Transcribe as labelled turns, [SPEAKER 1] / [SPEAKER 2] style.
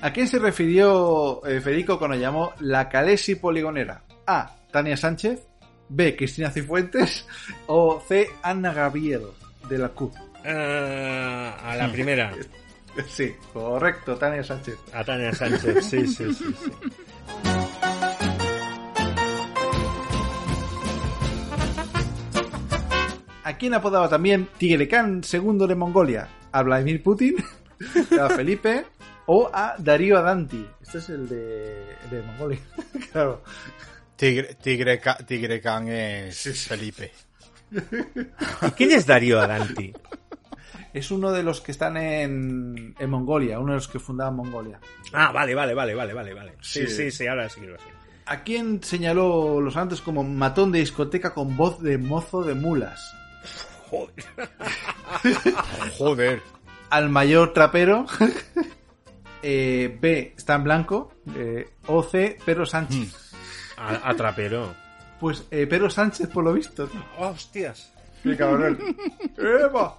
[SPEAKER 1] ¿A quién se refirió eh, Federico cuando llamó la Calesi poligonera? A. Tania Sánchez. B. Cristina Cifuentes. O C. Ana Gabriel de la CUP.
[SPEAKER 2] Ah, a la primera.
[SPEAKER 1] Sí, correcto, Tania Sánchez.
[SPEAKER 2] A Tania Sánchez, sí, sí, sí. sí.
[SPEAKER 1] ¿A quién apodaba también Tigre Khan, segundo de Mongolia? ¿A Vladimir Putin? ¿A Felipe? ¿O a Darío Adanti? Este es el de, el de Mongolia, claro.
[SPEAKER 3] Tigre, tigre, Ca- tigre Khan es Felipe.
[SPEAKER 2] ¿Quién es Darío Adanti?
[SPEAKER 1] Es uno de los que están en, en Mongolia, uno de los que fundaban Mongolia.
[SPEAKER 2] Ah, vale, vale, vale, vale, vale, vale. Sí,
[SPEAKER 1] Sí.
[SPEAKER 2] sí, sí, ahora sí que lo sé.
[SPEAKER 1] ¿A quién señaló los santos como matón de discoteca con voz de mozo de mulas?
[SPEAKER 2] Joder.
[SPEAKER 3] Joder.
[SPEAKER 1] ¿Al mayor trapero? Eh, B. Stan Blanco. Eh, o C. Pedro Sánchez.
[SPEAKER 2] A, a trapero.
[SPEAKER 1] Pues eh, Pedro Sánchez, por lo visto. tío.
[SPEAKER 2] Hostias.
[SPEAKER 1] ¡Qué cabrón! ¡Eva!